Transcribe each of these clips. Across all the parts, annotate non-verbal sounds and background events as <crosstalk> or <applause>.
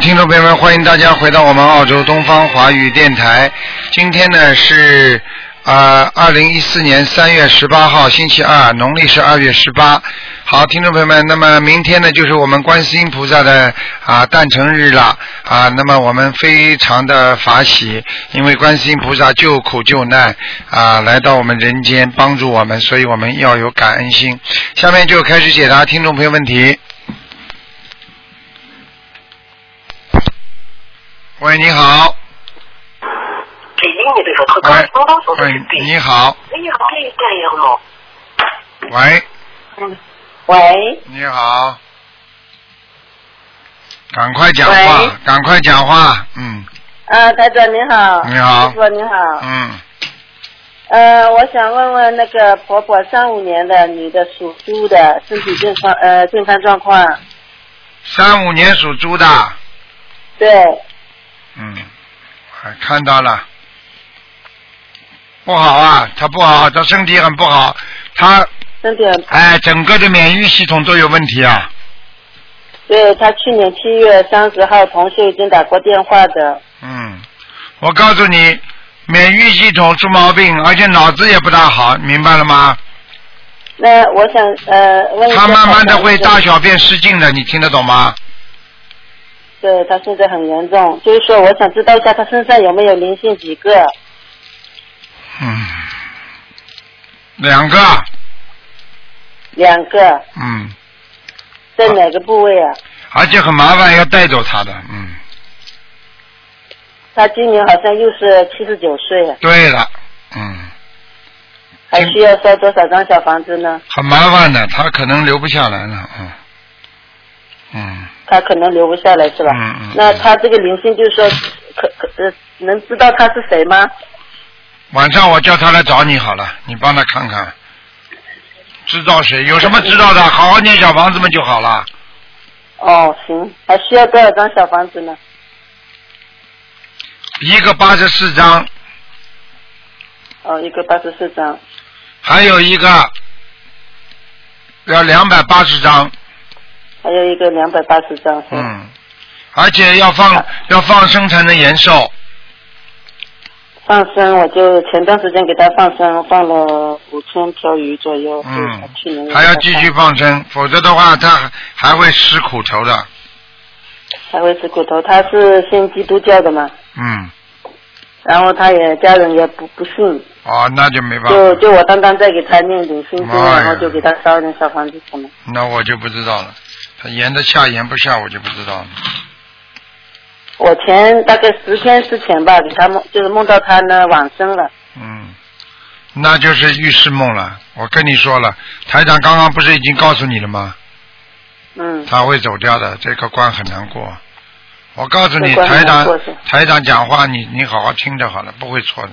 听众朋友们，欢迎大家回到我们澳洲东方华语电台。今天呢是啊，二零一四年三月十八号，星期二，农历是二月十八。好，听众朋友们，那么明天呢就是我们观世音菩萨的啊诞辰日了啊，那么我们非常的法喜，因为观世音菩萨救苦救难啊来到我们人间帮助我们，所以我们要有感恩心。下面就开始解答听众朋友问题。喂，你好。哎给英语的时候和高喂刚刚说的喂是，对。你好。哎呀，这个样哦。喂，喂，你好。赶快讲话喂，赶快讲话。嗯啊，台长你好，你好师傅你好，嗯，呃，我想问问那个婆婆三五年的女的属猪的身体健康呃健康状况，三五年属猪的。对，嗯，哎看到了。不好啊，他不好，他身体很不好，他身体很哎，整个的免疫系统都有问题啊。对，她去年七月三十号同事已经打过电话的，嗯，我告诉你，免疫系统出毛病，而且脑子也不大好，明白了吗？那我想呃问一下他慢慢的会台长大小便失禁的，你听得懂吗？对她现在很严重，就是说我想知道一下她身上有没有灵性几个，嗯，两个，两个，嗯，在哪个部位啊？而且很麻烦，要带走他的，嗯，她今年好像又是七十九岁了。对了，嗯，还需要烧多少张小房子呢？很麻烦的，他可能留不下来了，嗯，嗯，他可能留不下来是吧？嗯嗯那他这个灵性就是说，可可呃，能知道他是谁吗？晚上我叫他来找你好了，你帮他看看，知道谁有什么知道的，好好念小房子们就好了。哦，行，还需要多少张小房子呢？一个八十四张，哦，一个八十四张，还有一个要两百八十张，还有一个两百八十张。是吧，嗯，而且要放要放生才能延寿，放生我就前段时间给他放生，放了五千条鱼左右，就是他嗯去年，还要给他继放续，放生，否则的话他还会吃苦头的，还会吃骨头。他是信基督教的嘛，嗯，然后他也家人也不不信，哦，那就没办就法，就我单单在给他念点心经，妈哎呀然后就给他烧一点小房子什么。那我就不知道了，他延得下延不下我就不知道了，我前大概十天之前吧，给他梦，就是梦到他呢往生了。嗯，那就是预示梦了，我跟你说了，台长刚刚不是已经告诉你了吗？嗯，他会走掉的，这个关很难过。我告诉你，这关台很难长过是台长讲话，你你好好听着好了，不会错的，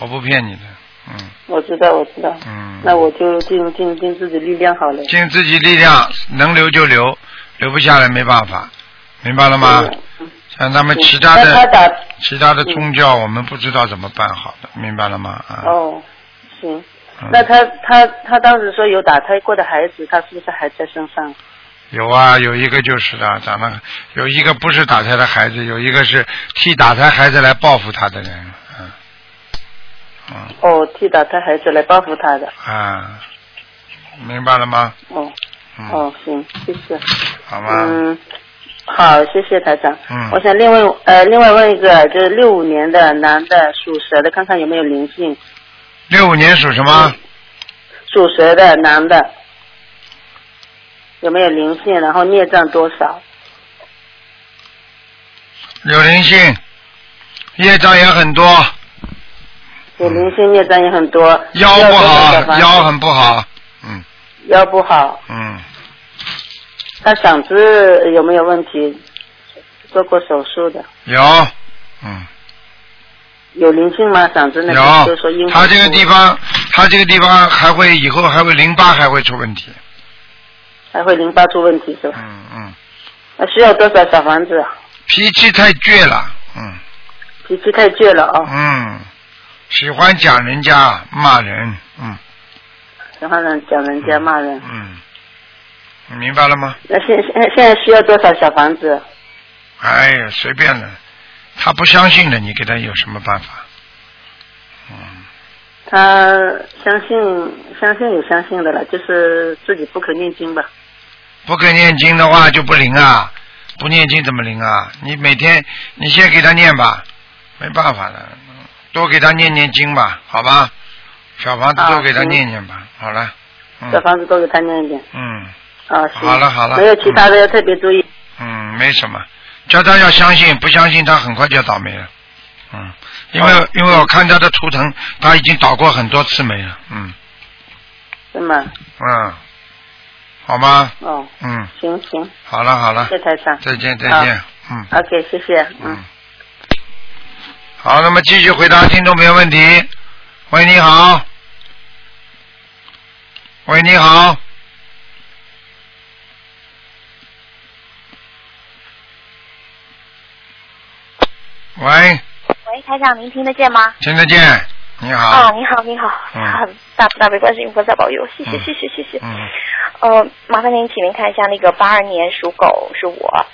我不骗你的，嗯我知道，我知道。嗯。那我就尽尽尽自己力量好了。尽自己力量，能留就留，留不下来没办法，明白了吗？嗯？像他们嗯其他那他的打其他的宗教，我们不知道怎么办好的，明白了吗？啊，哦，行。嗯那他他他当时说有打胎过的孩子，他是不是还在身上？有啊，有一个就是的，长得有一个不是打胎的孩子，有一个是替打胎孩子来报复他的人，嗯嗯哦，替打胎孩子来报复他的。啊，明白了吗？哦嗯，哦，行，谢谢。好吧，嗯，好，谢谢台长。嗯我想另外呃另外问一个，就是六五年的男的属蛇的，看看有没有灵性。六五年属什么？嗯属蛇的男的，有没有灵性？然后孽障多少？有灵性，业障也很多，有灵性孽障也很多，嗯腰要不多少小好，房子腰很不好，嗯。腰不好，嗯，他嗓子有没有问题？做过手术的，有，嗯，有灵性吗？嗓子那个就是说有。阴他这个地方，他这个地方还会以后还会淋巴还会出问题。还会淋巴出问题是吧？嗯嗯，那需要多少小房子？脾气太倔了，嗯脾气太倔了哦，嗯，喜欢讲人家骂人，嗯喜欢人讲人家骂人。嗯，你明白了吗？那现现现在需要多少小房子？哎呀，随便的，他不相信的，你给他有什么办法？嗯，他相信相信有相信的了，就是自己不肯念经吧。不肯念经的话就不灵啊，不念经怎么灵啊？你每天你先给他念吧，没办法的，嗯多给他念念经吧，好吧？小房子啊多给他行念念吧，好了，小嗯房子多给他念一点。嗯啊，行。好了好了没有其他的要特别注意。嗯，没什么，叫他要相信，不相信他很快就要倒霉了，嗯，因为、哦因为我看他的图腾，他已经倒过很多次霉了，嗯是吗？嗯，好吗？哦，嗯，行行，好了好了谢，台长。再见再见，嗯 OK，谢谢。嗯嗯，好，那么继续回答听众朋友问题。喂，你好，喂，你好，喂，喂，台长，您听得见吗？听得见，你哦，好，你好，你好，嗯啊大慈大悲观世音菩萨保佑，谢谢，嗯谢谢，谢谢。嗯，呃，麻烦您，请您看一下那个八二年属狗是我，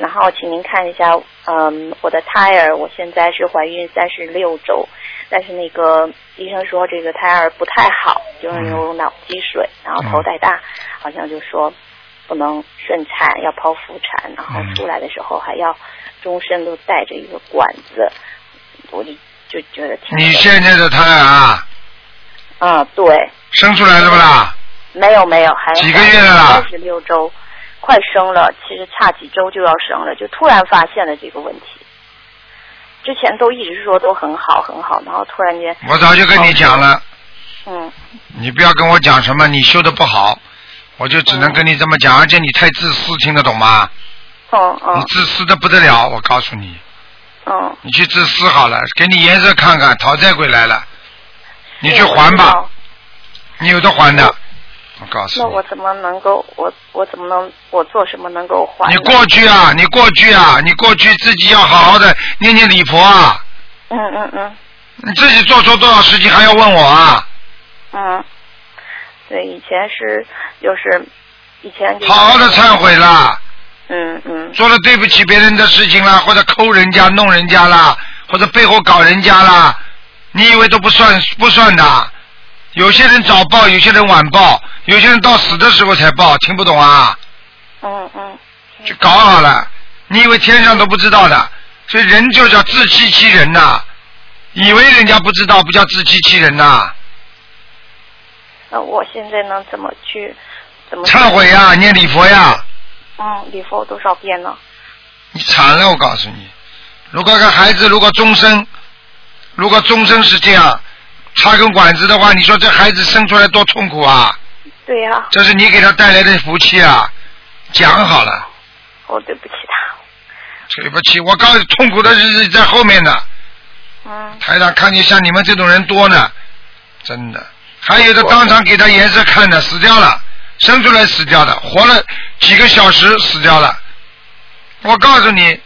然后请您看一下，嗯、我的胎儿，我现在是怀孕三十六周，但是那个医生说这个胎儿不太好，嗯就是有脑积水，然后头太大，好像就说不能顺产，要剖腹产，然后嗯出来的时候还要终身都带着一个管子，我就就觉得挺你现在的胎儿啊，嗯，对，生出来了不啦？没有没有，还几个月了啦三十六周，快生了，其实差几周就要生了，就突然发现了这个问题。之前都一直说都很好很好，然后突然间，我早就跟你讲了，嗯，你不要跟我讲什么你修的不好，我就只能跟你这么讲，而且你太自私，听得懂吗？嗯你嗯自私的不得了，我告诉你，嗯，你去自私好了，给你颜色看看，讨债鬼来了，你去哎那我还知吧道，。嗯你有的还的，我告诉那我你，怎么能够我我怎么能我做什么能够还呢？你过去啊，你过去啊，你过去自己要好好的念念礼佛啊，嗯嗯嗯你自己做错多少事情还要问我啊？嗯，对，以前是就是以前就是好好的忏悔啦，嗯嗯做了对不起别人的事情啦，或者抠人家、弄人家啦，或者背后搞人家啦，你以为都不算不算的？有些人早报，有些人晚报，有些人到死的时候才报，听不懂啊？嗯嗯，就搞好了，你以为天上都不知道的，所以人就叫自欺欺人呐、以为人家不知道，不叫自欺欺人呐、那我现在能怎么去怎么去忏悔呀、念礼佛呀、嗯，礼佛多少遍呢？你惨了，我告诉你，如果个孩子如果终生，如果终生是这样，插根管子的话，你说这孩子生出来多痛苦啊！对呀、这是你给他带来的福气啊！讲好了，我哦对不起他。对不起，我告诉你，痛苦的日子在后面呢。嗯台长看见像你们这种人多呢，真的。还有的当场给他颜色看的，死掉了，生出来死掉的，活了几个小时死掉了。我告诉你，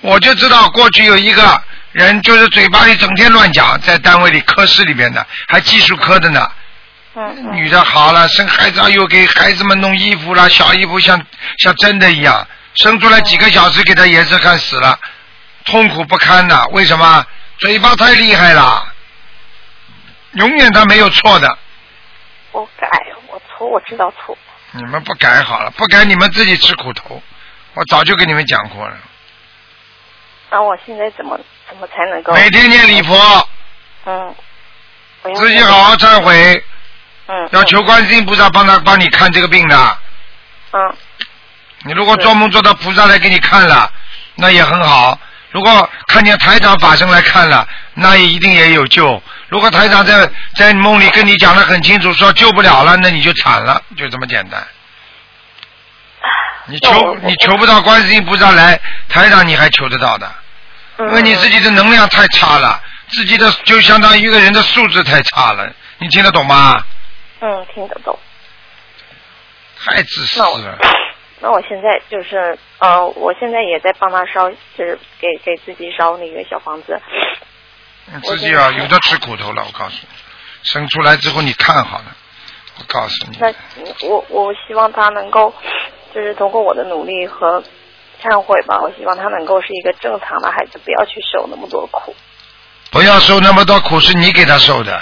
我就知道过去有一个人，就是嘴巴里整天乱讲，在单位里科室里边的，还技术科的呢。嗯嗯女的好了，生孩子又给孩子们弄衣服啦，小衣服像像真的一样，生出来几个小时给他颜色看死了，痛苦不堪呐、为什么？嘴巴太厉害了，永远他没有错的。我改，我错，我知道错。你们不改好了，不改你们自己吃苦头。我早就跟你们讲过了，那我现在怎么怎么才能够？每天念礼佛，嗯，我要自己好。好忏悔，嗯，要求观世音菩萨帮他帮你看这个病的。嗯你如果做梦做到菩萨来给你看了，那也很好；如果看见台长法身来看了，那也一定也有救。如果台长在在梦里跟你讲的很清楚，说救不了了，那你就惨了，就这么简单。你那我求哦我你求不到观世音菩萨来，台长你还求得到的，因嗯，为你自己的能量太差了，自己的就相当于一个人的素质太差了，你听得懂吗？嗯听得懂。太自私那我了。那我现在就是呃，我现在也在帮他烧，就是给给自己烧那个小房子。你自己啊，有的吃苦头了，我告诉你，生出来之后你看好了，我告诉你，那我我希望他能够，就是通过我的努力和忏悔吧，我希望他能够是一个正常的孩子，不要去受那么多苦。不要受那么多苦，是你给他受的，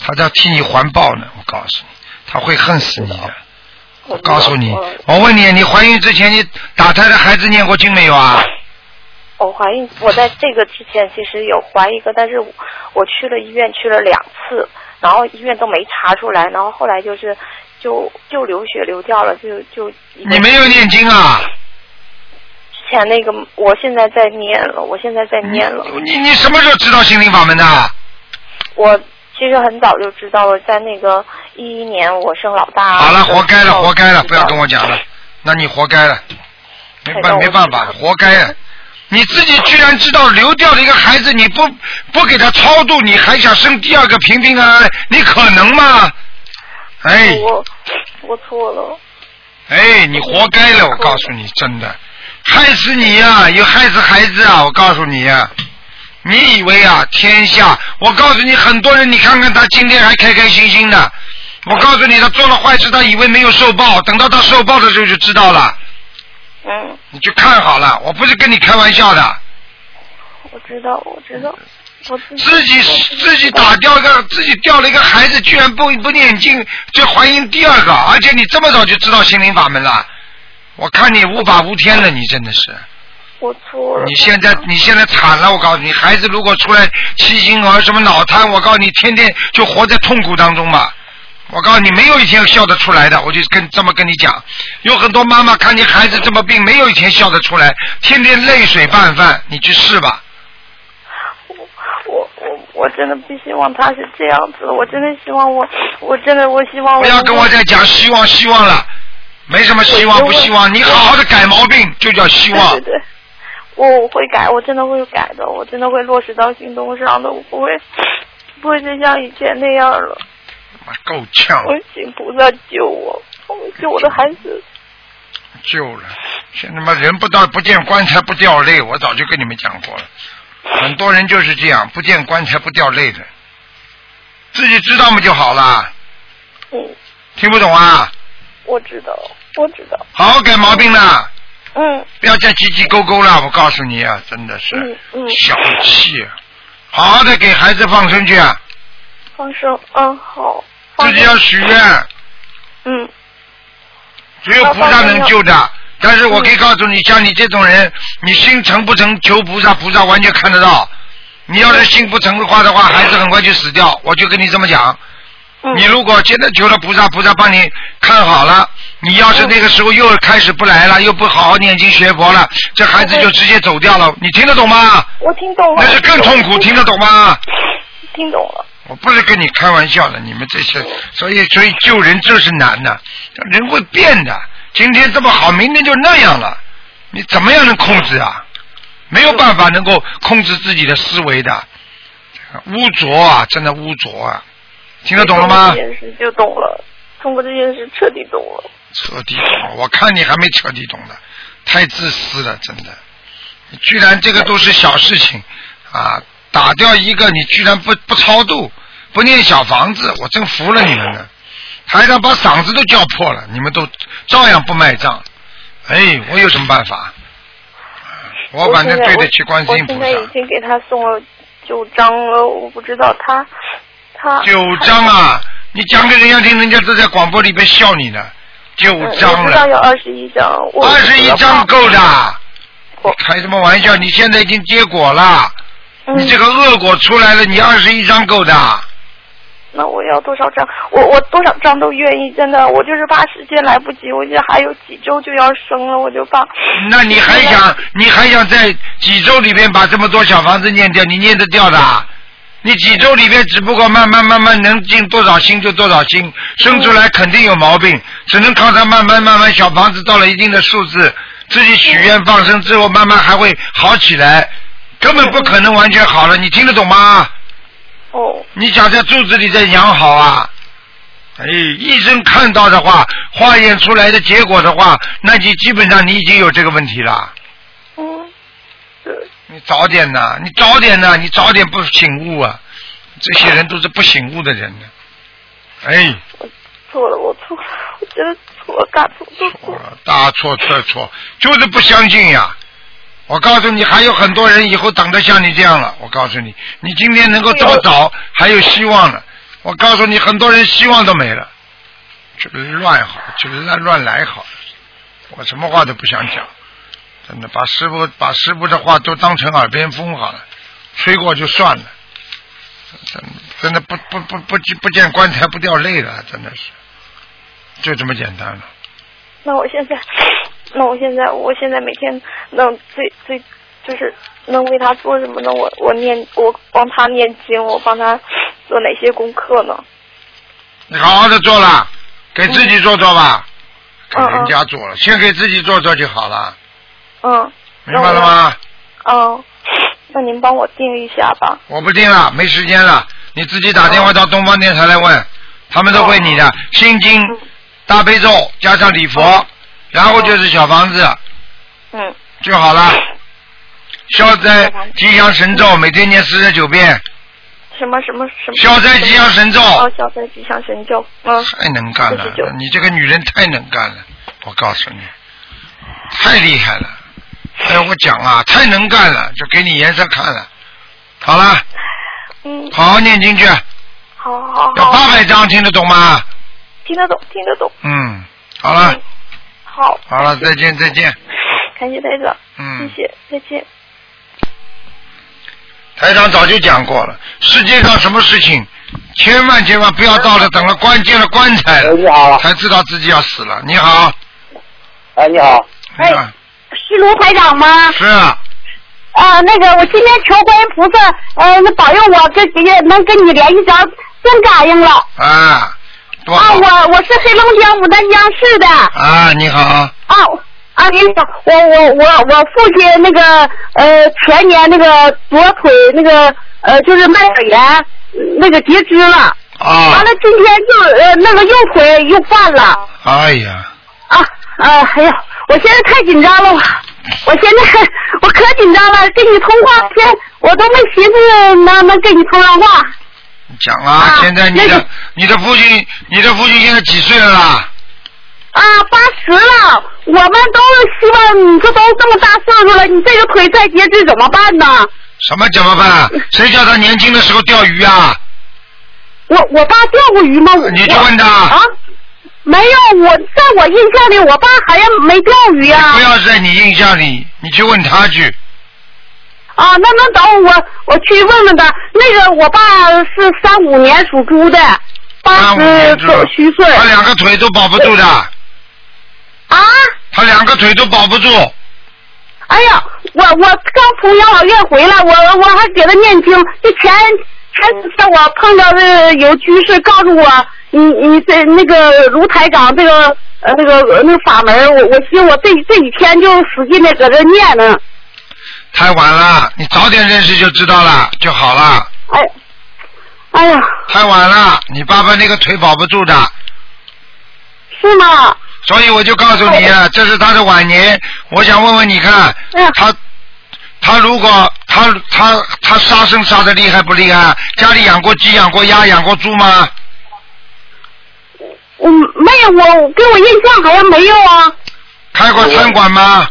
他要替你还报呢。我告诉你，他会恨死你的。嗯我告诉你我，我问你，你怀孕之前你打胎的孩子念过经没有啊？我怀孕，我在这个之前其实有怀一个，但是我我去了医院去了两次，然后医院都没查出来，然后后来就是就就流血流掉了，就就一个你没有念经啊？之前那个，我现在在念了，我现在在念了，嗯啊你你什么时候知道心灵法门的？我其实很早就知道了，在那个一一年我生老大，好了，活该了，活该了，知道不要跟我讲了，那你活该了，没哎那办我没办法，活该啊！你自己居然知道流掉了一个孩子，你不不给他超度，你还想生第二个平平安安，你可能吗？哎我我错了，哎，你活该了，我告诉你，真的，害死你呀、有害死孩子啊！我告诉你呀、你以为啊，天下，我告诉你，很多人，你看看他今天还开开心心的，我告诉你，他做了坏事，他以为没有受报，等到他受报的时候就知道了。嗯，你去看好了，我不是跟你开玩笑的，我知道，我知道，我自己自己嗯自己打掉个，自己掉了一个孩子，居然不不念经，就怀孕第二个，而且你这么早就知道心灵法门了，我看你无法无天了，你真的是。我错了，你现在你现在惨了，我告诉你，孩子如果出来七星儿什么脑瘫，我告诉你，天天就活在痛苦当中吧。我告诉你，没有一天笑得出来的，我就跟这么跟你讲，有很多妈妈看你孩子这么病，没有一天笑得出来，天天泪水拌饭，你去试吧。我我我我真的不希望他是这样子，我真的希望我，我真的我希望我不要跟我再讲希望希望了，没什么希望我不希望，你好好的改毛病就叫希望对。对对，我我会改，我真的会改的，我真的会落实到行动上的，我不会不会再像以前那样了。妈够呛，我请菩萨救我，我救我的孩子。救了。现在嘛，人不到不见棺材不掉泪，我早就跟你们讲过了。很多人就是这样，不见棺材不掉泪的，自己知道嘛就好了。嗯，听不懂啊？我知道，我知道。好好改毛病了，嗯不要再叽叽勾勾了。我告诉你啊，真的是嗯嗯，小气、好好的给孩子放生去，啊放生，嗯好。放自己要生，许愿，嗯只有菩萨能救的。但是我可以告诉你，像你这种人，你心诚不诚，求菩萨，菩萨完全看得到。你要是心不诚的话的话，孩子很快就死掉。我就跟你这么讲，嗯。你如果现在求了菩萨，菩萨帮你看好了，你要是那个时候又开始不来了，又不好好念经学佛了，这孩子就直接走掉了。你听得懂吗？我听懂了。那是更痛苦，听得懂吗？听懂了。我不是跟你开玩笑的，你们这些，所以所以救人就是难的，人会变的。今天这么好，明天就那样了，你怎么样能控制啊？没有办法能够控制自己的思维的，污浊啊，真的污浊啊！听得懂了吗通过？这件事就懂了，通过这件事彻底懂了。彻底懂了，我看你还没彻底懂的，太自私了，真的。你居然这个都是小事情啊，打掉一个你居然不不超度，不念小房子，我真服了你们了。台上把嗓子都叫破了，你们都照样不卖账。哎，我有什么办法？我反正现在对得起观世音菩我现萨在。已经给他送了九张了，我不知道他他九张啊！你讲给人家听，人家都在广播里边笑你呢。九嗯张我知道了，要二十一张，我二十一张够的。我开什么玩笑？你现在已经结果了，嗯，你这个恶果出来了，你二十一张够的。那我要多少张？我我多少张都愿意，真的，我就是怕时间来不及，我现在还有几周就要生了，我就怕。那你还我想，你还想在几周里边把这么多小房子念掉？你念得掉的啊？你几周里边只不过慢慢慢慢能进多少心就多少心，生出嗯来肯定有毛病，只能靠它慢慢慢慢小房子到了一定的数字，自己许嗯愿放生之后，慢慢还会好起来，根本不可能完全好了。你听得懂吗？哦，你想在肚子里再养好啊？哎，医生看到的话，化验出来的结果的话，那就基本上你已经有这个问题了。嗯，对，你早点呐、你早点呐、你早点不醒悟啊！这些人都是不醒悟的人呢。哎，错了，我错了，我真的错错，大错特错。 <laughs> 大错特错，就是不相信呀！我告诉你，还有很多人以后等着像你这样了。我告诉你，你今天能够这么早，还有希望了。我告诉你，很多人希望都没了，就是乱好，就是乱乱来好。我什么话都不想讲，真的把师傅把师傅的话都当成耳边风好了，吹过就算了。真真的不不不不不见棺材不掉泪了，真的是，就这么简单了。那我现在，那我现在，我现在每天能最最就是能为他做什么呢？我我念我帮他念经，我帮他做哪些功课呢？你好好的做了，给自己做做吧，嗯给人家做了，先给自己做做就好了，嗯明白了吗？嗯，那您帮我定一下吧。我不定了，没时间了，你自己打电话到东方电台来问，他们都会你的心经、大悲咒加上礼佛，然后就是小房子嗯就好了。消灾吉祥神咒每天念四十九遍，什么什么什么？消灾吉祥神咒哦，消灾吉祥神咒。嗯太能干了49，你这个女人太能干了，我告诉你，太厉害了。哎，我讲啊，太能干了，就给你颜色看了。好了，嗯，好好念经去，好好要好八好，百张，听得懂吗？听得懂，听得懂。嗯，好了，好，好了，再见，再见。感谢台长，谢嗯，谢，再见。台长早就讲过了，世界上什么事情，千万千万不要到了等了关进了棺材喂，了，哎你好，才知道自己要死了。你好，哎，你好，你好，是卢台长吗？是啊，呃，那个我今天求观音菩萨，呃，保佑我跟能跟你联系着，真感应了。啊，多啊，好我我是黑龙江牡丹江市的。啊，你好，啊啊，您好，我我我我父亲那个呃前年那个左腿那个呃就是脉管炎嗯那个截肢了，啊完了，今天就呃那个右腿又犯了。哎呀。啊啊！哎呀，我现在太紧张了，我我现在我可紧张了，跟你通话前我都没寻思能能跟你通上话。你讲啊，啊现在你那的个你的父亲，你的父亲现在几岁了啦？啊，八十了，我们都希望你这都这么大岁数了，你这个腿再截肢怎么办呢？什么怎么啊办？谁叫他年轻的时候钓鱼啊？我我爸钓过鱼吗？我你去问他啊。没有，我在我印象里，我爸好像没钓鱼啊不。要在你印象里，你去问他去。啊，那那等我我去问问他。那个我爸是三五年属猪的，八三五年哎啊十之后多虚岁。他两个腿都保不住的，啊！他两个腿都保不住。哎呀，我我刚从养老院回来，我我还给他念经。这前前天我碰到的有居士告诉我，你你这那个卢台长这个呃那个呃那个法门，我我寻我这这几天就使劲的搁这念呢。太晚了，你早点认识就知道了就好了。哎，哎呀，太晚了，你爸爸那个腿保不住的，是吗？所以我就告诉你哦啊，这是他的晚年。我想问问你看，哎呀，他他如果他他他杀生杀的厉害不厉害？家里养过鸡、养过鸭、养过猪吗？我嗯没有，我给我印象好像没有啊。开过餐馆吗？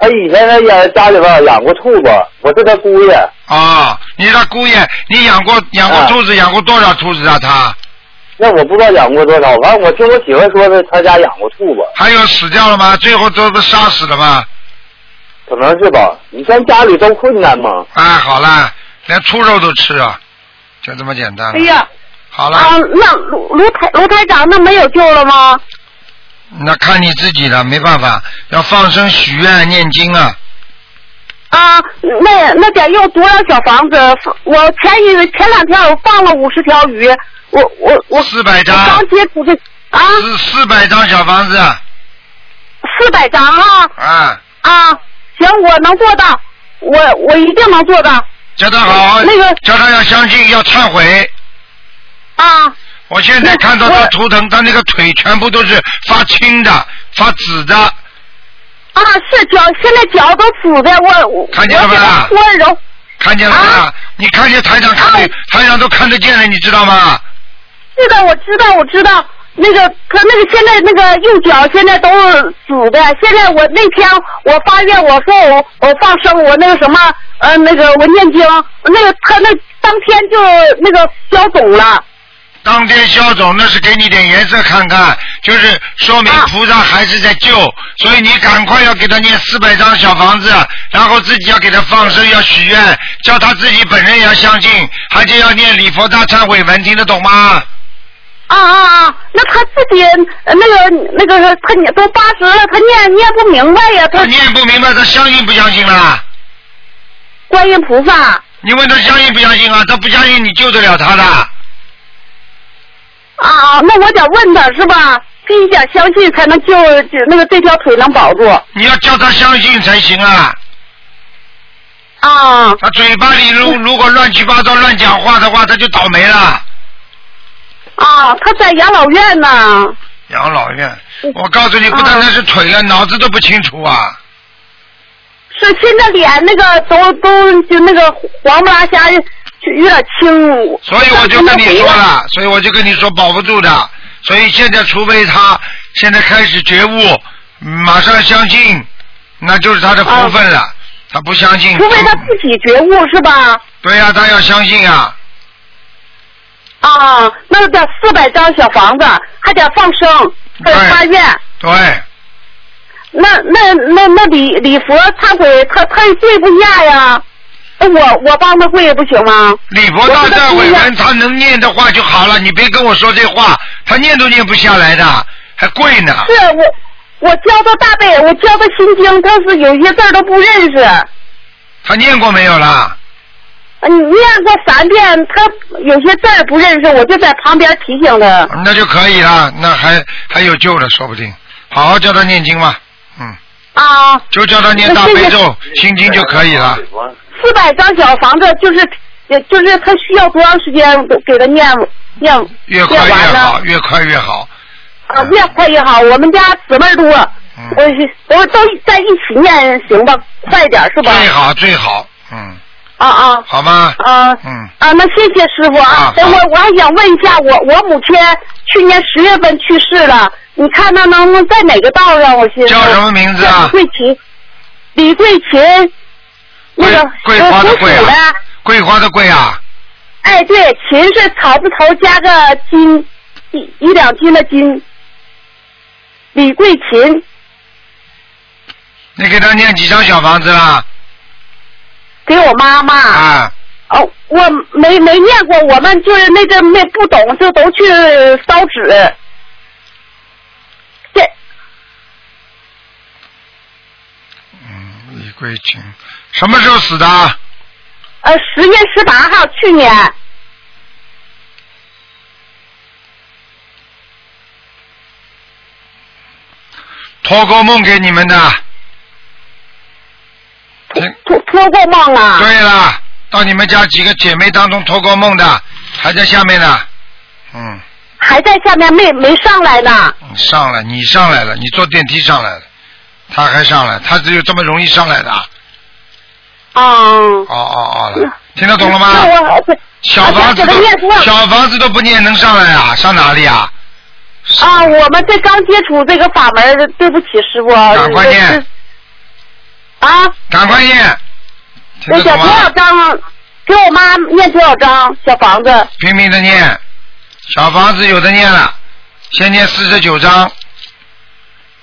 他以前在家家里边养过兔子，我是他姑爷，啊、你是他姑爷，你养过养过啊兔子，养过多少兔子啊？他那我不知道养过多少，反正我听我媳妇说的，他家养过兔子，还有死掉了吗？最后都不杀死了吗？可能是吧？你看家里都困难嘛，啊，好了，连猪肉都吃啊，就这么简单了。哎呀，好了，啊，那卢卢台卢台长那没有救了吗？那看你自己了，没办法，要放生、许愿、念经啊。啊，那那得用多少小房子？我前一前两天我放了五十条鱼，我我我四百我张，刚接触这啊四四百张小房子四百张啊啊，啊，行，我能做到，我我一定能做到叫他好好，那个叫他要相信，要忏悔。啊我现在看到他我图腾，他那个腿全部都是发青的、发紫的，啊！是脚现在脚都紫的，我我看见了吧我给它搓揉看见了吗？啊你看见台长看见、啊台长都看得见了，你知道吗？是的，我知道，我知道。那个可那个现在那个右脚现在都是紫的，现在我那天我发愿我说我我放生我那个什么呃那个我念经那个他那当天就那个消肿了。当天消肿，那是给你点颜色看看，就是说啊明菩萨还是在救，所以你赶快要给他念四百张小房子，然后自己要给他放生，要许愿，叫他自己本人也要相信，而且要念礼佛大忏悔文，听得懂吗？啊啊啊！那他自己呃那个那个他念都八十了，他念念不明白呀，他他念不明白，他相信不相信啦？观音菩萨啊你问他相信不相信啊？他不相信，你救得了他的？啊啊！那我得问他是吧？必须得相信才能救就那个这条腿能保住你要叫他相信才行啊！啊。他嘴巴里如嗯如果乱七八糟乱讲话的话，他就倒霉了。啊，他在养老院呢。养老院，嗯我告诉你，不单单是腿哦了，脑子都不清楚啊！是现在脸那个都都就那个黄不拉瞎，就有点青。所以我就跟你说了，嗯所以我就跟你说保不住的。所以现在，除非他现在开始觉悟，马上相信，那就是他的福分了。他不相信，哦除非他自己觉悟是吧？对呀、他要相信啊。啊，那得四百张小房子，还得放生，对得发愿。对，那那那那礼礼佛忏悔，他他跪不下呀。那我我帮他跪不行吗？李佛大忏悔文他能念的话就好了，你别跟我说这话，他念都念不下来的，还跪呢。是我我教他大悲，我教他心经，但是有些字儿都不认识。他念过没有啦？你念过三遍，他有些字儿不认识，我就在旁边提醒他。嗯那就可以了，那还还有救了，说不定。好好教他念经吧，嗯，啊，就教他念大悲咒、心经就可以哎了。四百张小房子就是，也就是他需要多长时间给他念念越念快越完好，呢？越快越好。啊，越快越好。我们家姊妹儿多，嗯我是我都在一起念行吧，快点儿是吧？最好最好，嗯，啊啊好吗？啊！嗯，啊，那谢谢师傅啊啊！等好我我还想问一下，我我母亲去年十月份去世了，你看她能不能在哪个道上？我寻思叫什么名字啊李？桂琴，李桂琴，那桂个桂花的桂呃属鼠的啊，桂花的桂啊，哎，对，琴是草字头加个金，一一两金的金。李桂琴，你给他念几张小房子啦？给我妈妈。啊，哦，我没没念过，我们就是那阵没不懂，就都去烧纸。这嗯，李桂琴，什么时候死的？啊呃，十月十八号，去年。托过梦给你们的。听做做过梦啊？对了，到你们家几个姐妹当中托过梦的，还在下面呢。嗯，还在下面没没上来呢。你上来，你上来了，你坐电梯上来了，他还上来，他只有这么容易上来的啊？嗯。哦哦哦了，听得懂了吗？那我小房子我给他念啊都多少小房子都不念，能上来啊？上哪里啊？啊，我们这刚接触这个法门儿，对不起师傅啊。赶快这念这啊，赶快念，听那得叫懂多少吗？张？给我妈念多少张小房子？拼命的念，小房子有的念了，先念四十九章，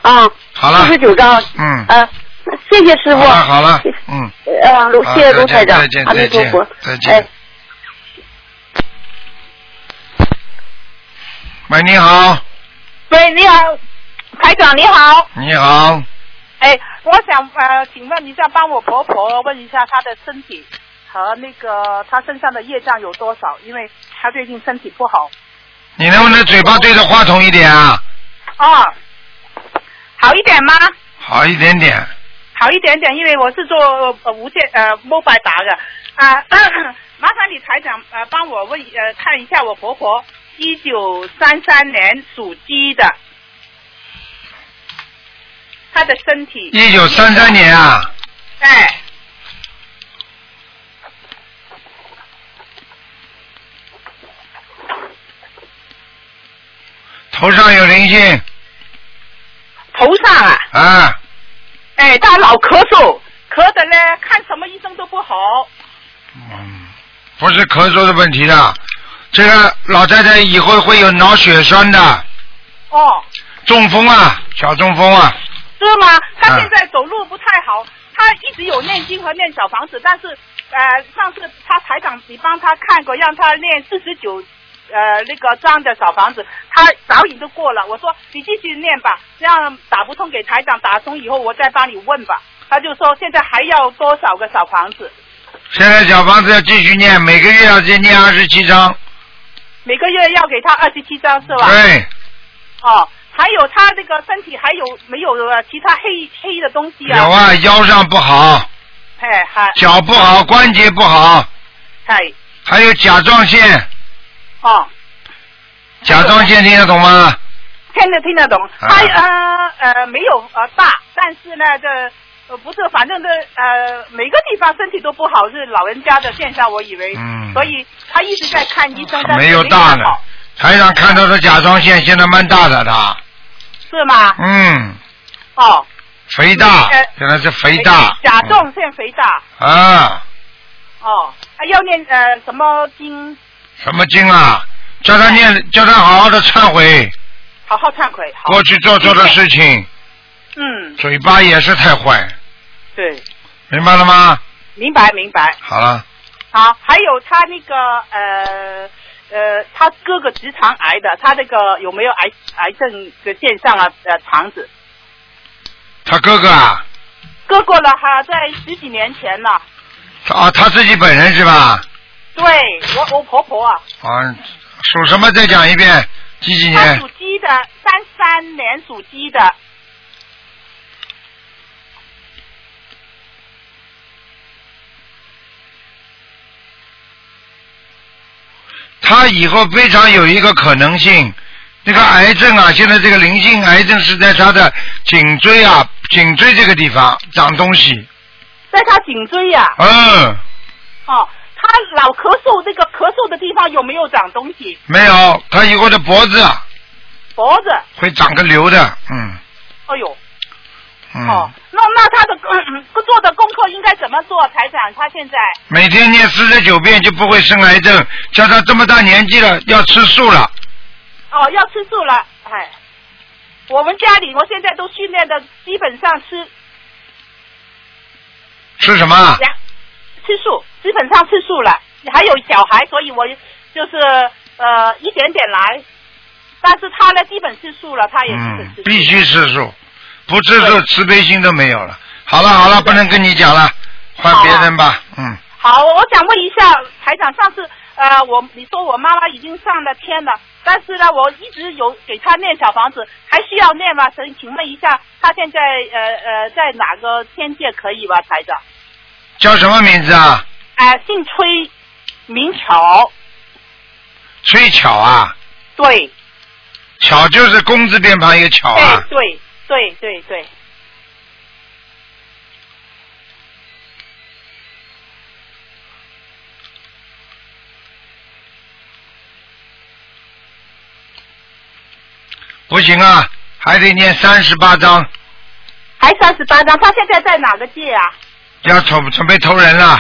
啊，好了四十九张。嗯，啊，谢谢师傅。好了好了，嗯。啊，卢，谢谢卢台长再见，阿弥再陀见佛，，再见哎。。喂，你好，喂，你好，台长你好。你好，哎，我想呃，请问一下，帮我婆婆问一下她的身体和那个她身上的业障有多少？因为她最近身体不好。你能不能嘴巴对着话筒一点啊？哦，好一点吗？好一点点，好一点点，因为我是做呃无线呃 mobile 打的啊、麻烦你台长呃帮我问呃看一下我婆婆一九三三年属鸡的，她的身体一九三三年啊，哎。头上有灵性头上啊，啊，哎，他老咳嗽，咳的呢，看什么医生都不好。嗯，不是咳嗽的问题的，这个老太太以后会有脑血栓的，哦，中风啊，小中风啊，是吗？他嗯现在走路不太好，他一直有念经和念小房子，但是呃，上次他台长你帮他看过，让他念四十九呃那个章的小房子，他早已都过了。我说你继续念吧，这样打不通给台长打通以后，我再帮你问吧。他就说现在还要多少个小房子？现在小房子要继续念，每个月要再念二十七章，每个月要给他二十七张是吧？对，哦，还有他这个身体还有没有呃其他黑黑的东西啊？有啊，腰上不好，哎，还脚不好，关节不好，哎，还有甲状腺，哦，甲状腺听得懂吗？听得听得懂。啊他呃呃没有呃大，但是呢这呃不是，反正这呃每个地方身体都不好，是老人家的现象，我以为。嗯所以他一直在看医生，但是没有大看的好，台上看到的甲状腺现在蛮大的他，是吗？嗯，哦，肥大嗯呃，原来是肥大，甲状腺肥大。嗯啊，哦，啊要念呃什么经？什么经啊？叫他念，叫他好好的忏悔好好忏悔。好过去做错的事情，嗯，嘴巴也是太坏，对，明白了吗？明白明白。好了，好，啊还有他那个呃呃，他哥哥直肠癌的，他那个有没有癌癌症的现象啊？呃，肠子他哥哥啊，割过了哈，在十几年前了。他啊他自己本人是吧？对我我婆婆啊，啊，属什么？再讲一遍，几几她年属？鸡的，三三年属鸡的，他以后非常有一个可能性，那个癌症啊，现在这个灵性癌症是在他的颈椎啊，颈椎这个地方长东西。在她颈椎呀、嗯，哦，她老咳嗽，那个咳嗽的地方有没有长东西？没有，他以后的脖子啊脖子，会长个瘤的，嗯哎呦，嗯。哦，那那她的、嗯做的功课应该怎么做？台长，她现在每天念四十九遍就不会生癌症，叫他这么大年纪了要吃素了，哦，要吃素了，哎，我们家里我现在都训练的，基本上吃吃什么啊？两吃素，基本上吃素了。还有小孩，所以我就是呃一点点来，但是他呢基本吃素了，他也基嗯本吃，素。必须吃素，不吃素对慈悲心都没有了。好了好了，不能跟你讲了，换别人吧，嗯。好，啊我想问一下台长，上次呃我你说我妈妈已经上了天了，但是呢我一直有给她念小房子，还需要念吗？请请问一下，她现在呃呃在哪个天界可以吧，台长？叫什么名字啊？哎、姓崔，名巧，崔巧啊，对，巧就是工字边旁一个巧啊哎，，对，对，对，对，不行啊，还得念三十八章，还三十八张，他现在在哪个界啊？要准准备投人了，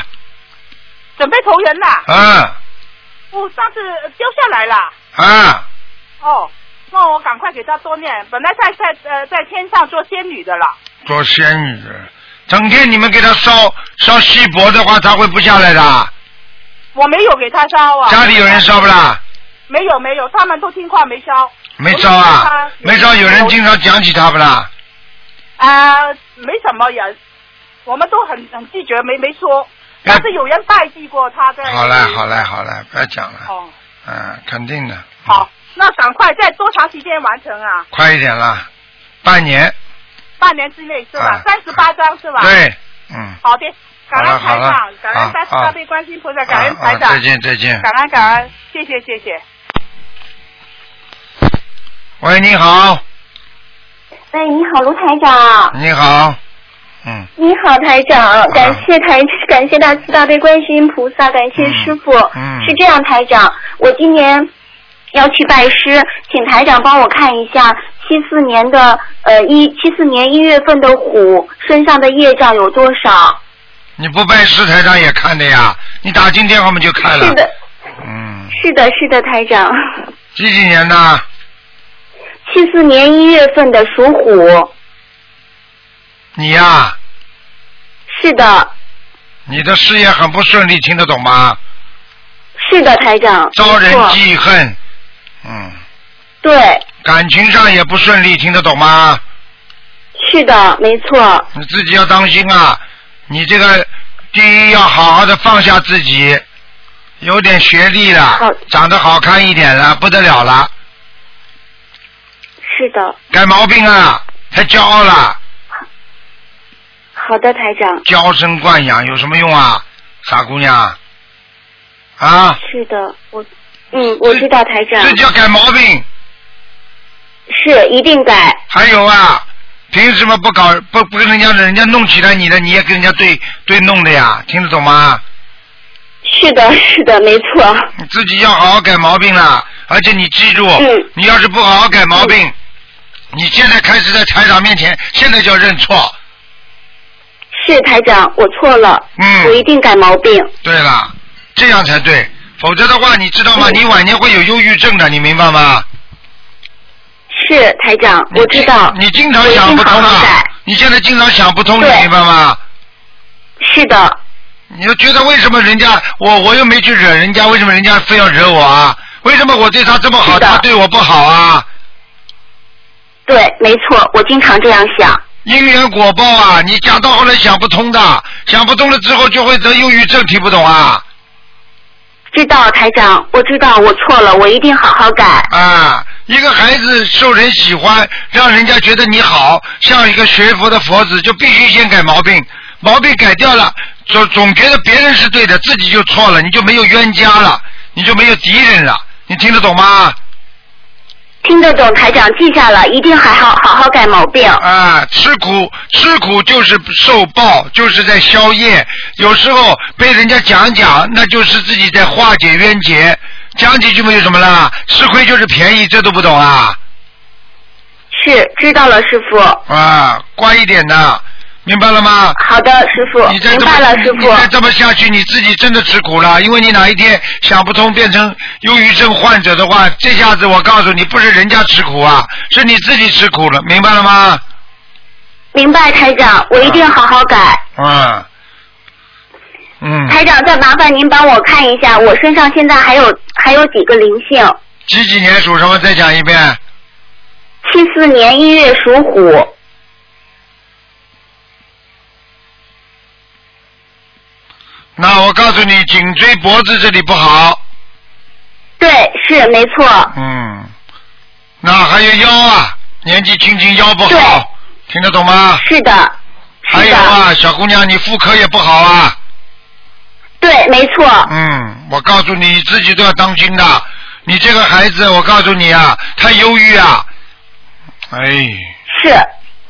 准备投人啦！嗯哦，上次丢下来了。嗯，哦，那我赶快给他多念。本来在在呃在天上做仙女的了。做仙女，整天你们给他烧烧锡箔的话，他会不下来的啊。我没有给他烧啊。家里有人烧不啦？没有没有，他们都听话没烧。没烧啊？我没烧，有人经常讲起他不啦？啊、没什么人，我们都很很拒绝，没没说。但是有人拜祭过他在。哎好嘞，好嘞，好嘞，不要讲了，哦，嗯，肯定的。好，那赶快在多长时间完成啊？快一点啦，半年，半年之内是啊？吧三十八章是吧？。对，嗯，好的，感恩好台了好长了，感啊恩三十啊大悲观世音菩萨，感恩啊台啊长再，见，再见。感恩感恩，谢谢谢谢。喂，你好，哎，你好，卢台长。你好，嗯，你好，台长，感谢台，感谢大慈大悲观世音菩萨，感谢师傅。嗯嗯是这样，台长，我今年要去拜师，请台长帮我看一下七四年的呃一七四年一月份的虎身上的业障有多少？你不拜师台长也看的呀？你打进电话我们就看了。是的，嗯，是的，是的，台长，几几年的？七四年一月份的属虎，你呀、是的，你的事业很不顺利，听得懂吗？是的，台长，招人没错记恨，嗯，对，感情上也不顺利，听得懂吗？是的，没错，你自己要当心啊！你这个第一要好好的放下自己，有点学历好了，长得好看一点了，不得了了，是的，改毛病啊，太骄傲了，好的，台长，娇生惯养有什么用啊，傻姑娘？啊，是的，我，嗯，我知道，台长，这叫改毛病。是一定改，还有啊，凭什么不搞不不跟人家人家弄起来你的，你也跟人家对对弄的呀？听得懂吗？是的，是的，没错，你自己要好好改毛病了，而且你记住，嗯你要是不好好改毛病，你现在开始在台长面前，现在就要认错。是台长，我错了，嗯我一定改毛病，对了，这样才对，否则的话，你知道吗？嗯你晚年会有忧郁症的，你明白吗？是台长，你我知道，你经常我一定想不通好好啊改，你现在经常想不通，你对明白吗？是的，你就觉得为什么人家我我又没去惹人家，为什么人家非要惹我啊？为什么我对他这么好，是的他对我不好啊？对，没错，我经常这样想，因缘果报啊，你讲到后来想不通的，想不通了之后就会得忧郁症，听不懂啊？知道台长，我知道我错了，我一定好好改，啊，一个孩子受人喜欢，让人家觉得你好，像一个学佛的佛子，就必须先改毛病，毛病改掉了，总总觉得别人是对的，自己就错了，你就没有冤家了，你就没有敌人了，你听得懂吗？听得懂台长记下了，一定还好好好改毛病，啊，吃苦吃苦就是受报，就是在消业。有时候被人家讲讲，那就是自己在化解冤结。讲几句没有什么啦，吃亏就是便宜，这都不懂啊是知道了，师傅，啊！乖一点的，明白了吗？好的，师傅，你再明这白么了，师你再傅，这么下去，你自己真的吃苦了。因为你哪一天想不通，变成忧郁症患者的话，这下子我告诉你，不是人家吃苦啊，是你自己吃苦了，明白了吗？明白台长，我一定好好改。啊，嗯。台长，再麻烦您帮我看一下，我身上现在还有还有几个灵性？几几年属什么？再讲一遍。七四年一月属虎，那我告诉你，颈椎脖子这里不好，对，是没错，嗯，那还有腰啊，年纪轻轻腰不好，听得懂吗？是的，还是有的，啊，小姑娘，你妇科也不好啊，对，没错，嗯，我告诉你，你自己都要当心的。你这个孩子，我告诉你啊，太忧郁啊，哎，是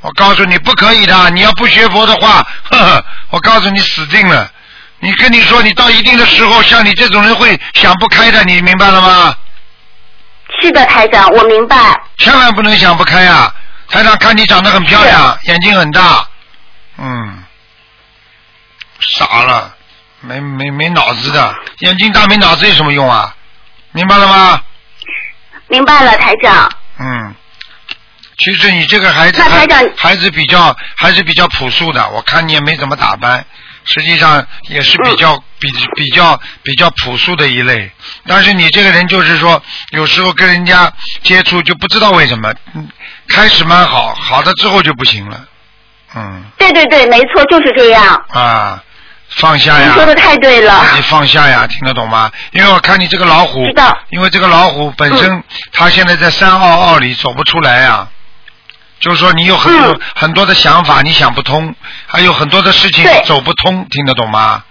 我告诉你不可以的，你要不学佛的话， <laughs> 呵呵，我告诉你死定了。你跟你说，你到一定的时候，像你这种人会想不开的，你明白了吗？是的，台长，我明白，千万不能想不开啊！台长看你长得很漂亮，眼睛很大，嗯，傻了，没没没脑子的，眼睛大没脑子有什么用啊？明白了吗？明白了，台长，嗯，其实你这个孩子那台长还还是比较还是比较朴素的，我看你也没怎么打扮，实际上也是比嗯较、比比较比较朴素的一类。但是你这个人就是说，有时候跟人家接触就不知道为什么，嗯开始蛮好，好了之后就不行了，嗯对对对，没错，就是这样，啊，放下您呀。说的太对了，你放下呀，听得懂吗？因为我看你这个老虎知道，嗯因为这个老虎本身、它现在在三奥奥里走不出来啊，就是说你有很多、嗯很多的想法，你想不通，还有很多的事情对走不通，听得懂吗？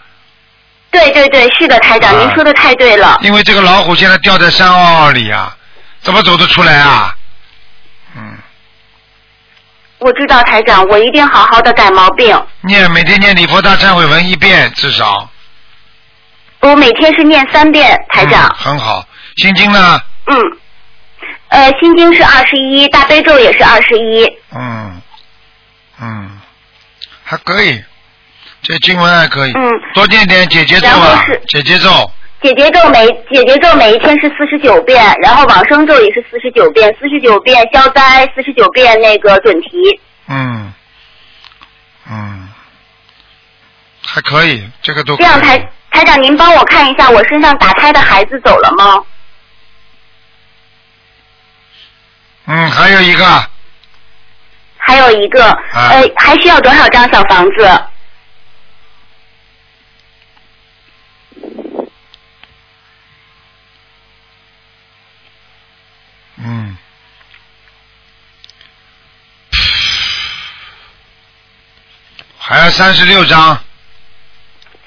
对对对，是的，台长，啊哎您说的太对了，因为这个老虎现在掉在三奥奥里啊，怎么走得出来啊？嗯，我知道，台长，我一定好好的改毛病，念每天念礼佛大忏悔文一遍至少，我每天是念三遍，台长嗯嗯，很好，心经呢？嗯，呃，心经是二十一，大悲咒也是二十一。嗯，嗯，还可以，这经文还可以，嗯，多念点姐姐咒然后吧是，姐姐咒，姐姐咒每姐姐咒每一天是四十九遍，然后往生咒也是四十九遍，四十九遍消灾，四十九遍那个准提。嗯，嗯，还可以，这个都可这以样台台长，您帮我看一下我身上打胎的孩子走了吗？嗯，还有一个还有一个，啊呃，还需要多少张小房子？嗯，还有三十六章。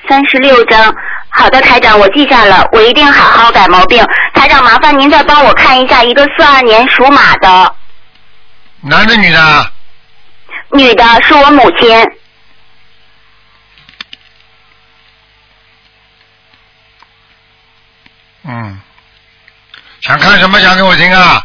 三十六张。好的，台长，我记下了，我一定好好改毛病。台长，麻烦您再帮我看一下一个四二年属马的男的女的啊？女的，是我母亲。嗯，想看什么讲给我听啊？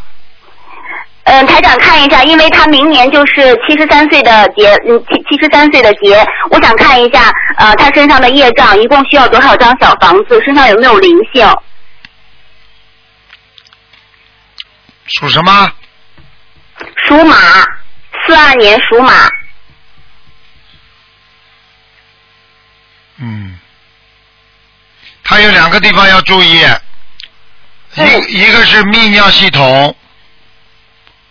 嗯，台长看一下，因为她明年就是七十三岁的节，嗯，七七十三岁的节，我想看一下，呃，她身上的业障一共需要多少张小房子，身上有没有灵性？属什么？属马，四二年属马，嗯，他有两个地方要注意，一一个是泌尿系统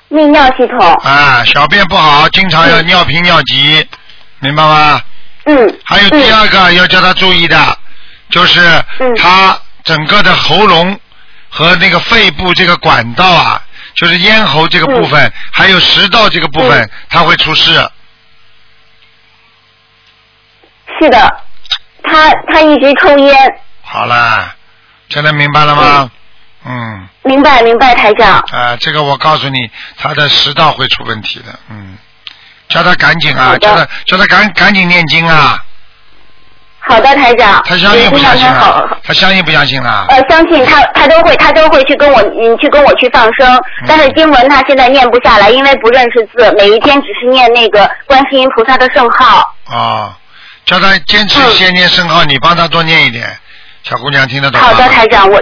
泌尿系统。啊，小便不好，经常要尿频尿急，明白吗？嗯。还有第二个要叫他注意的，就是他整个的喉咙和那个肺部这个管道啊，就是咽喉这个部分，还有食道这个部分，他会出事。是的，她她一直抽烟，好啦，现在明白了吗？嗯，明白明白，台长。啊，这个我告诉你，他的食道会出问题的，嗯，叫他赶紧啊，好的叫他叫他赶赶紧念经啊，好的，台长。他相信不相信您让她好啊？他相信不相信啊？呃，相信他，他都会，他都会去跟我，嗯，去跟我去放生。嗯但是经文他现在念不下来，因为不认识字，每一天只是念那个观世音菩萨的圣号。哦，叫他坚持嗯先念圣号，你帮他多念一点，小姑娘听得懂吗？好的，台长，我，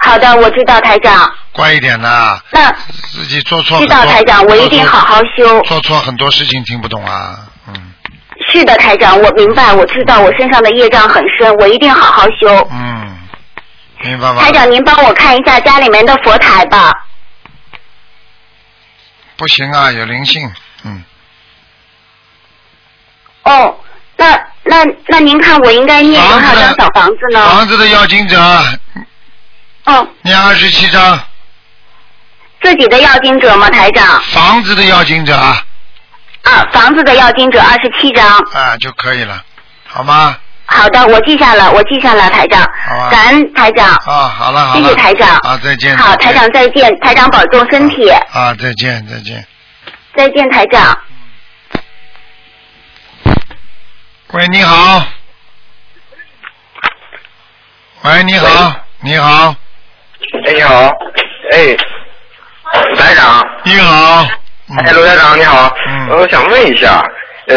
好的，我知道，台长。乖一点呐，那自己做错知很道多，台长，我一定好好修。做错很多事情听不懂啊，嗯是的，台长，我明白，我知道我身上的业障很深，我一定好好修。嗯，明白吗？台长，您帮我看一下家里面的佛台吧。不行啊，有灵性，嗯。哦，那那那您看我应该念多少张小房子呢？房子的要经者，嗯，念二十七章；自己的要经者吗，台长？房子的要经者啊，啊，房子的要经者二十七张。啊就可以了，好吗？好的，我记下了，我记下了，台长。好吧。感恩台长。啊，好了好了。谢谢台长啊，再见。好，台长再见，台长保重身体，啊，再见再见。再见，台长。喂，你好。喂，你好，你好，哎，你好，哎，台长。你好。嗯嗯哎，罗台长你好。呃我想问一下，呃，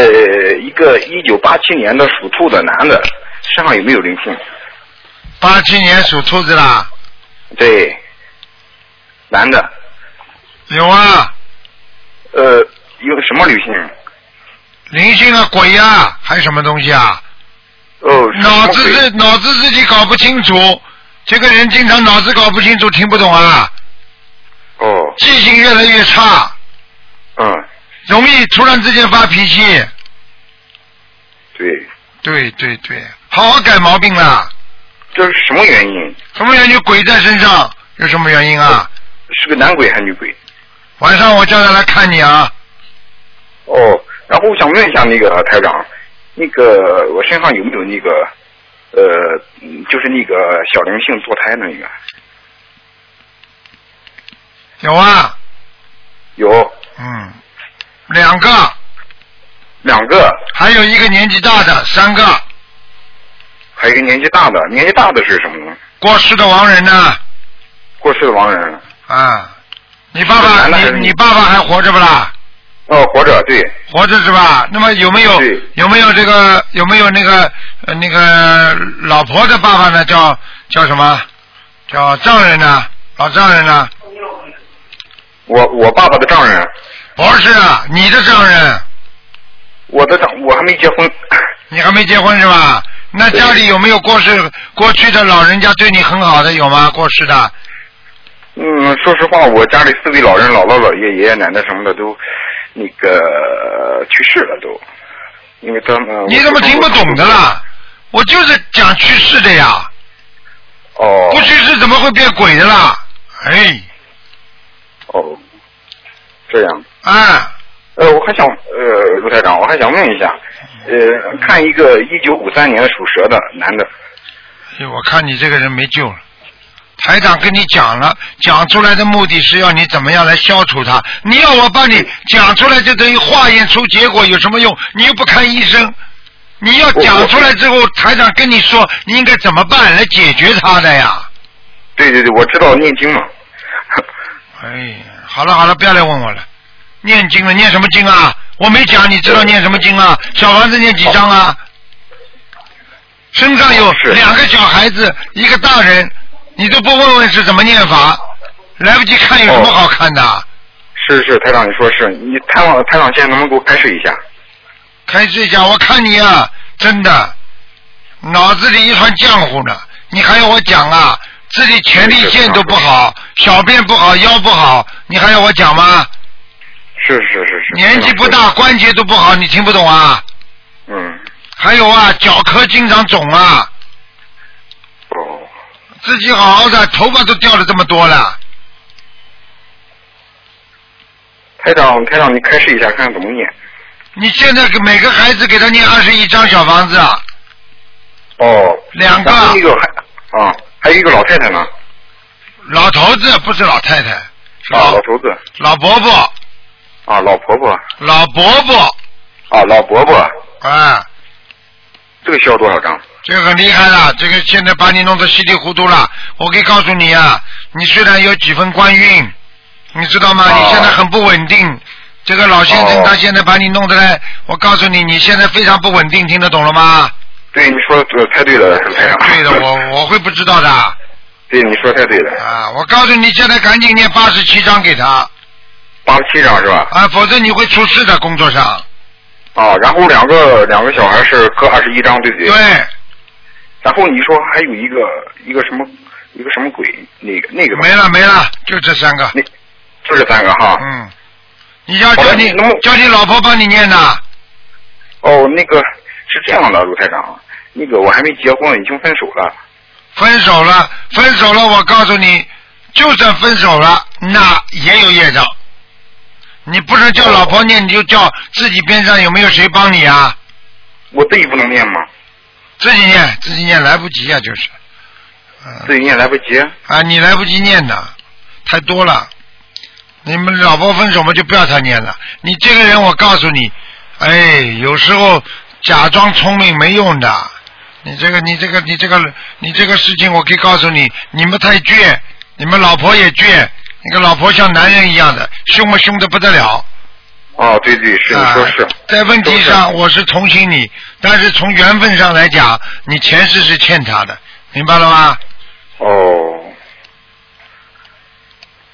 一个一九八七年的属兔的男的，身上有没有灵性？八七年属兔子啦，对，男的。有啊，呃，有什么灵性？灵性啊，鬼呀、啊，还有什么东西啊？哦，什脑么子鬼自脑子自己搞不清楚，这个人经常脑子搞不清楚，听不懂啊，哦，记性越来越差，嗯，容易突然之间发脾气。对，对对对，好好改毛病啦。这是什么原因？什么原因？鬼在身上，有什么原因啊？是个男鬼还是女鬼？晚上我叫他来看你啊。哦，然后我想问一下那个台长，那个我身上有没有那个呃，嗯就是那个小灵性堕胎那个？有啊，有嗯，两个，两个，还有一个年纪大的，三个还有一个年纪大的，年纪大的是什么呢？过世的亡人呢。过世的亡人。啊，你爸爸，男的还是你女的你爸爸还活着不啦？哦，活着，对，活着是吧？那么有没有对有没有这个有没有那个、呃、那个老婆的爸爸呢？叫叫什么？叫丈人呢、老丈人呢、我我爸爸的丈人，不是啊，你的丈人，我的丈，我还没结婚，你还没结婚是吧？那家里有没有过世过去的老人家对你很好的有吗？过世的嗯，说实话，我家里四位老人，姥姥、姥爷、爷爷奶奶什么的都那个去世了都，因为他们呃你怎么听不懂的？啦？我就是讲去世的呀，哦，不去世怎么会变鬼的啦？哎，哦，这样。啊，呃，我还想，呃，卢台长，我还想问一下，呃，看一个一九五三年属蛇的男的，哎我看你这个人没救了。台长跟你讲了，讲出来的目的是要你怎么样来消除它。你要我帮你讲出来，就等于化验出结果，有什么用？你又不看医生，你要讲出来之后，台长跟你说你应该怎么办来解决它的呀。对对对，我知道念经嘛， <laughs> 哎呀，好了好了，不要来问我了。念经了，念什么经啊？我没讲，你知道念什么经啊？小房子念几张啊？身上有是两个小孩子，一个大人，你都不问问是怎么念法，来不及看有什么好看的？是是，台长你说是，你台长台长现在能不能给我开示一下？开始讲，我看你啊，真的脑子里一团浆糊呢，你还要我讲啊？自己前列腺都不好，小便不好，腰不好，你还要我讲吗？是是是是，年纪不大，台长关节都不好，你听不懂啊？嗯，还有啊，脚壳经常肿啊，哦，自己好好的，头发都掉了这么多了。台长台长你开示一下，看看怎么念。你现在给每个孩子给他念二十一张小房子啊，哦，两个然后那个还啊，还有一个老太太呢，老头子不是老太太，是啊，老老头子，老伯伯、啊，老婆婆，老伯伯，啊，老伯伯，啊，这个需要多少张？这个很厉害了，这个现在把你弄得稀里糊涂了。我可以告诉你啊，你虽然有几分官运，你知道吗？哦你现在很不稳定。这个老先生哦他现在把你弄得来，我告诉你，你现在非常不稳定，听得懂了吗？对，你说的太对了，台长。对的，我我会不知道的。 <laughs> 对你说太对了，啊，我告诉你，现在赶紧念八十七章给他八十七张是吧？啊，否则你会出事的工作上。啊，然后两个两个小孩是各二十一张，对不对？对，。然后你说还有一个一个什么一个什么鬼那个那个吧没，了没了，就这三个。那就这三个哈。嗯，你要好叫的你那么叫你老婆帮你念的，哦，那个是这样的，卢台长，那个我还没结婚，已经分手了。分手了，分手了，我告诉你，就算分手了，那也有业障。你不能叫老婆念，你就叫自己边上有没有谁帮你啊？我自己不能念吗？嗯自己念，自己念来不及啊，就是。嗯自己念来不及。啊，你来不及念的，太多了。你们老婆分手嘛，就不要他念了。你这个人，我告诉你，哎，有时候假装聪明没用的。你这个，你这个，你这个，你这个事情，我可以告诉你，你们太倔，你们老婆也倔，那个老婆像男人一样的，凶嘛凶的不得了。哦，对对，是你啊说是。在问题都上是我是同情你，但是从缘分上来讲，你前世是欠他的，明白了吗？哦，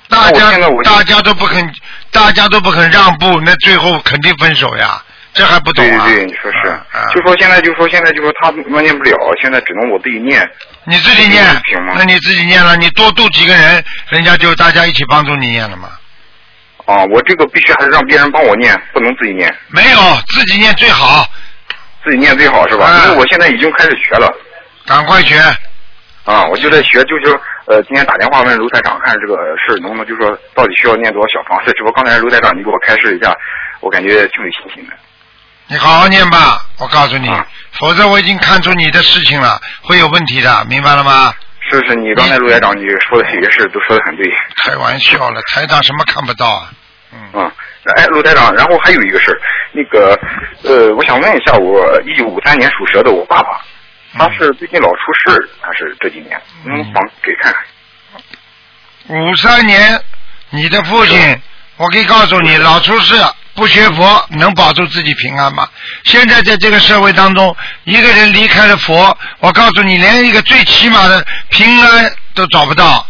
大那我家哦现在我就大家都不肯，大家都不肯让步，那最后肯定分手呀，这还不懂对啊？对对，你说是啊啊、，就说现在就说现在就说他们念不了，现在只能我自己念。你自己念行吗，那你自己念了，你多度几个人，人家就大家一起帮助你念了嘛。啊，我这个必须还是让别人帮我念，不能自己念，没有，自己念最好，自己念最好是吧？啊因为我现在已经开始学了，赶快学。啊，我就在学，就是呃，今天打电话问卢台长看这个事儿能不能，就说到底需要念多少小房子？只不过刚才卢台长你给我开示一下，我感觉挺有信心的。你好好念吧，我告诉你，啊否则我已经看出你的事情了，会有问题的，明白了吗？是是，你刚才卢台长你说的这些事儿都说的很对，开玩笑了，台长什么看不到啊？嗯，哎，卢台长，然后还有一个事儿，那个呃，我想问一下，我一九五三年属蛇的我爸爸，他是最近老出嗯事儿，还是这几年？能不能帮给看看？五三年你的父亲，我可以告诉你，老出世不学佛能保住自己平安吗？现在在这个社会当中，一个人离开了佛，我告诉你，连一个最起码的平安都找不到。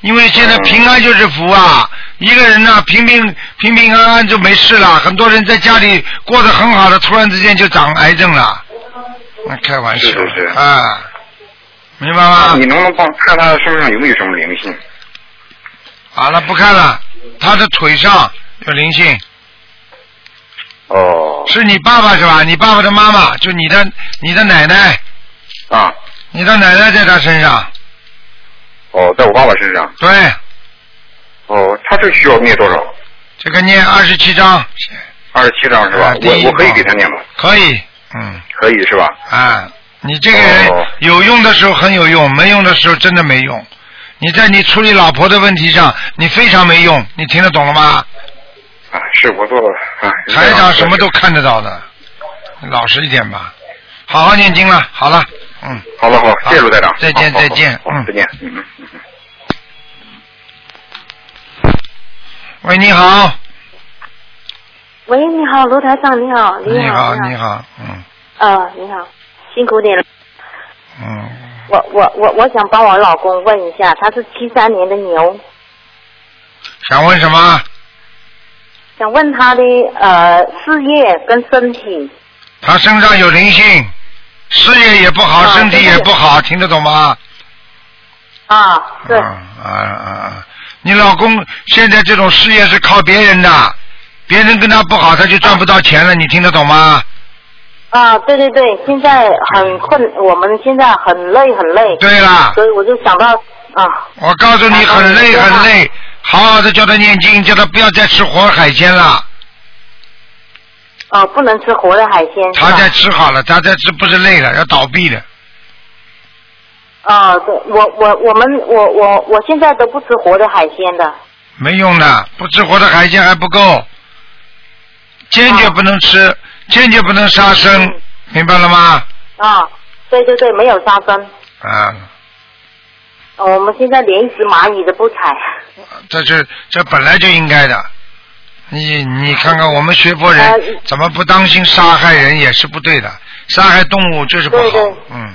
因为现在平安就是福啊，一个人呢、平平平平安安就没事了。很多人在家里过得很好的，突然之间就长癌症了，那开玩笑是是啊是啊，明白吗？你能不能帮看他身上有没有什么灵性？好了，不看了。他的腿上有灵性，哦，是你爸爸是吧？你爸爸的妈妈，就你的你的奶奶，啊，你的奶奶在他身上。哦，在我爸爸身上。对，哦，他这需要念多少？这个念二十七章二十七张是吧？啊第一我我可以章给他念吗？可以，嗯，可以是吧？啊，你这个人哦有用的时候很有用，没用的时候真的没用。你在你处理老婆的问题上，你非常没用，你听得懂了吗？啊，是我做了啊。是这台样长什么都看得到的，你老实一点吧，好好念经了。好了，嗯。好了好了，谢谢卢台长。再见好好好再见好嗯再见。嗯嗯嗯。嗯喂，你好，喂，你好，卢台长，你好，你你好，好，你好，嗯呃，你好，辛苦你了。嗯，我我我我想帮我老公问一下，他是七三年的牛，想问什么？想问他的呃事业跟身体。他身上有灵性，事业也不好，啊身体也不好，听得懂吗？啊，对，啊啊啊！你老公现在这种事业是靠别人的，别人跟他不好，他就赚不到钱了，你听得懂吗？啊，对对对，现在很困，我们现在很累很累，对啦，所以我就想到啊，我告诉你，啊很累对啊很累，好好的叫他念经，叫他不要再吃活海鲜啊了。哦、不能吃活的海鲜，是他吧再吃好了，他再吃不是累了，要倒闭了。啊，对，我我我们我我我现在都不吃活的海鲜的，没用的，不吃活的海鲜还不够，坚决不能吃，坚决不能杀生，明白了吗？啊，对对对，没有杀生。啊，哦我们现在连一只蚂蚁都不踩。这是这本来就应该的。你你看看我们学佛人、呃怎么不当心杀害人也是不对的，杀害动物就是不好。对对嗯，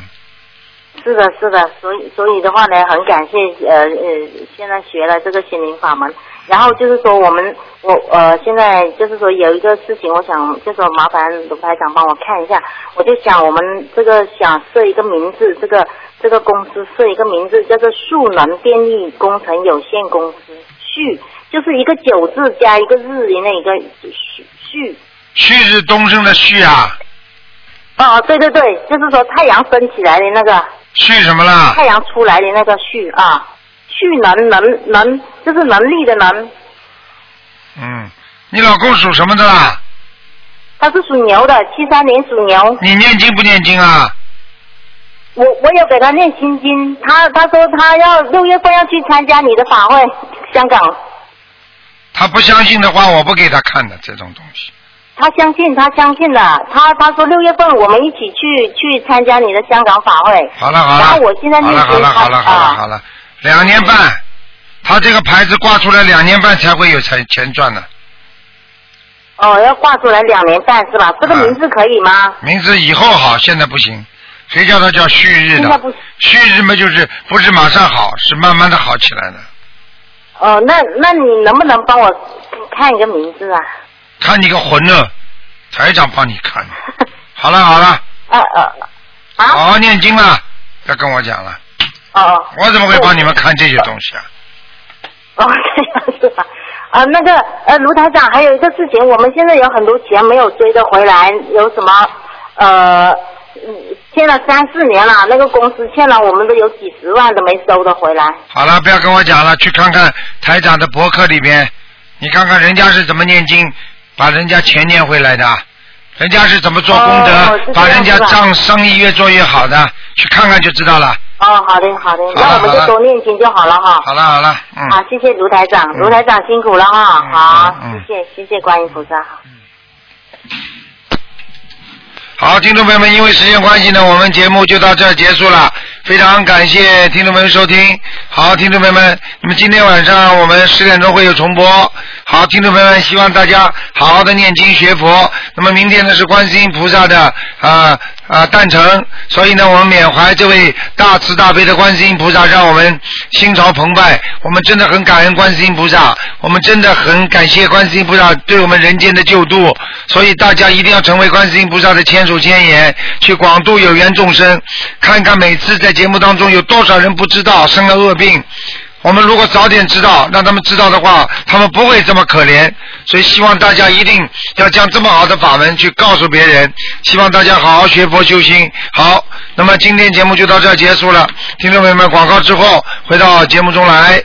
是的，是的，所以所以的话呢，很感谢呃呃，现在学了这个心灵法门，然后就是说我们我呃现在就是说有一个事情，我想就是说麻烦卢台长帮我看一下，我就想我们这个想设一个名字，这个这个公司设一个名字叫做速能电力工程有限公司，旭就是一个九字加一个日的那一个旭旭。旭是东升的旭啊，哦，对对对，就是说太阳升起来的那个。旭什么啦？太阳出来的那个旭啊，旭能能能，就是能力的能，嗯，你老公属什么的啦？他是属牛的，七三年属牛。你念经不念经啊？我我有给他念心经，他他说他要六月份要去参加你的法会，香港。他不相信的话，我不给他看的这种东西。他相信，他相信了。他他说六月份我们一起去去参加你的香港法会。好了好了，然后我现在好念了好经，了好了好了啊好了，两年半，他这个牌子挂出来两年半才会有钱钱赚的，哦，要挂出来两年半是吧？这个啊名字可以吗？名字以后好，现在不行，谁叫他叫旭日现在嗯的？不旭日嘛，就是不是马上好，是慢慢的好起来的。哦，那那你能不能帮我看一个名字啊？ <laughs> 看你个魂呢，台长帮你看。好了好了，呃呃好啊好念经了，不要跟我讲了，哦我怎么会帮你们看这些东西啊？ <laughs> 哦，这样是吧？啊，那个呃，卢台长，还有一个事情，我们现在有很多钱没有追得回来，有什么呃，嗯欠了三四年了，那个公司欠了我们都有几十万都没收得回来。好了，不要跟我讲了，去看看台长的博客里边，你看看人家是怎么念经，把人家钱念回来的，啊人家是怎么做功德，哦是这样把人家是吧账生意越做越好的，去看看就知道了。哦，好的好的，那我们好了就多念经就好了哈。啊好了好了，嗯。好，谢谢卢台长，嗯卢台长辛苦了哈。嗯好嗯嗯，谢谢谢谢观音菩萨。好，听众朋友们，因为时间关系呢，我们节目就到这儿结束了。非常感谢听众朋友收听。好，听众朋友们，那么今天晚上我们十点钟会有重播。好，听众朋友们，希望大家好好的念经学佛。那么明天呢是观世音菩萨的啊啊、诞辰，所以呢我们缅怀这位大慈大悲的观世音菩萨，让我们心潮澎湃。我们真的很感恩观世音菩萨，我们真的很感谢观世音菩萨对我们人间的救度。所以大家一定要成为观世音菩萨的千手千眼，去广度有缘众生。看看每次在节目当中有多少人不知道生了恶病。我们如果早点知道，让他们知道的话，他们不会这么可怜。所以希望大家一定要将这么好的法门去告诉别人。希望大家好好学佛修心。好，那么今天节目就到这儿结束了。听众朋友们，广告之后回到节目中来。